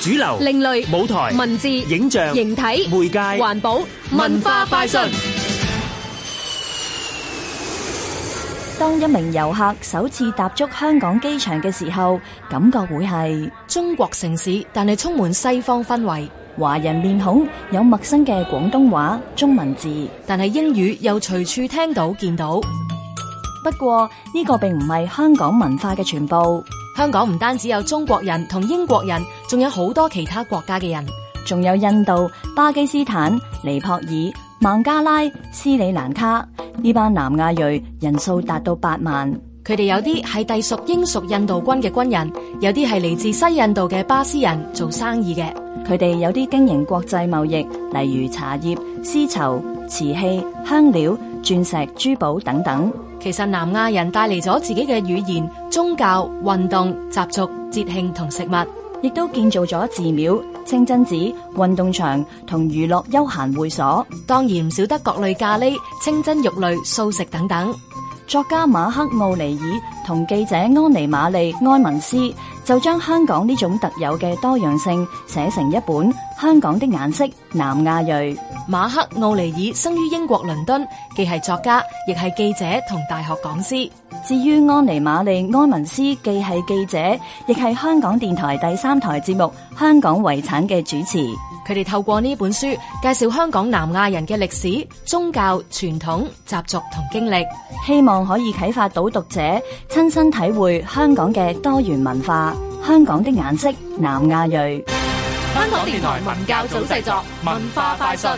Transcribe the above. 主流、另類舞台、文字影像、形體媒介環保文化快訊。當一名遊客首次踏足香港機場嘅時候，感覺會係中國城市，但係充滿西方氛圍，華人面孔有陌生嘅廣東話、中文字。但係英語又隨處聽到見到。不過呢個並唔係香港文化嘅全部，香港唔單止有中國人同英國人，仲有好多其他國家嘅人。仲有印度、巴基斯坦、尼泊爾、孟加拉、斯里蘭卡呢班南亞裔人數達到八萬。佢哋有啲係隸屬英屬印度軍嘅軍人，有啲係嚟自西印度嘅巴斯人做生意嘅。佢哋有啲經營國際貿易，例如茶葉、絲綢、瓷器、香料、鑽石、珠寶等等。其實南亞人帶嚟咗自己嘅語言、宗教、運動、習俗、節慶同食物。亦都建造咗寺廟、清真寺、運動場同娛樂休閒會所。當然唔少得各類咖喱、清真肉類、素食等等。作家馬克奧尼爾同記者安妮瑪莉埃文斯就將香港呢種特有嘅多樣性寫成一本《香港的顏色：南亞裔》。馬克奧尼爾生於英國倫敦，既係作家，亦係記者同大學講師。至於安妮瑪莉埃文斯，既係記者，亦係香港電台第三台節目《香港遺產》嘅主持。佢哋透過呢本書介紹香港南亞人嘅歷史、宗教、傳統、習俗同經歷，希望可以啟發到讀者親身體會香港嘅多元文化。香港的顏色，南亞裔。香港電台文教組製作文化快訊。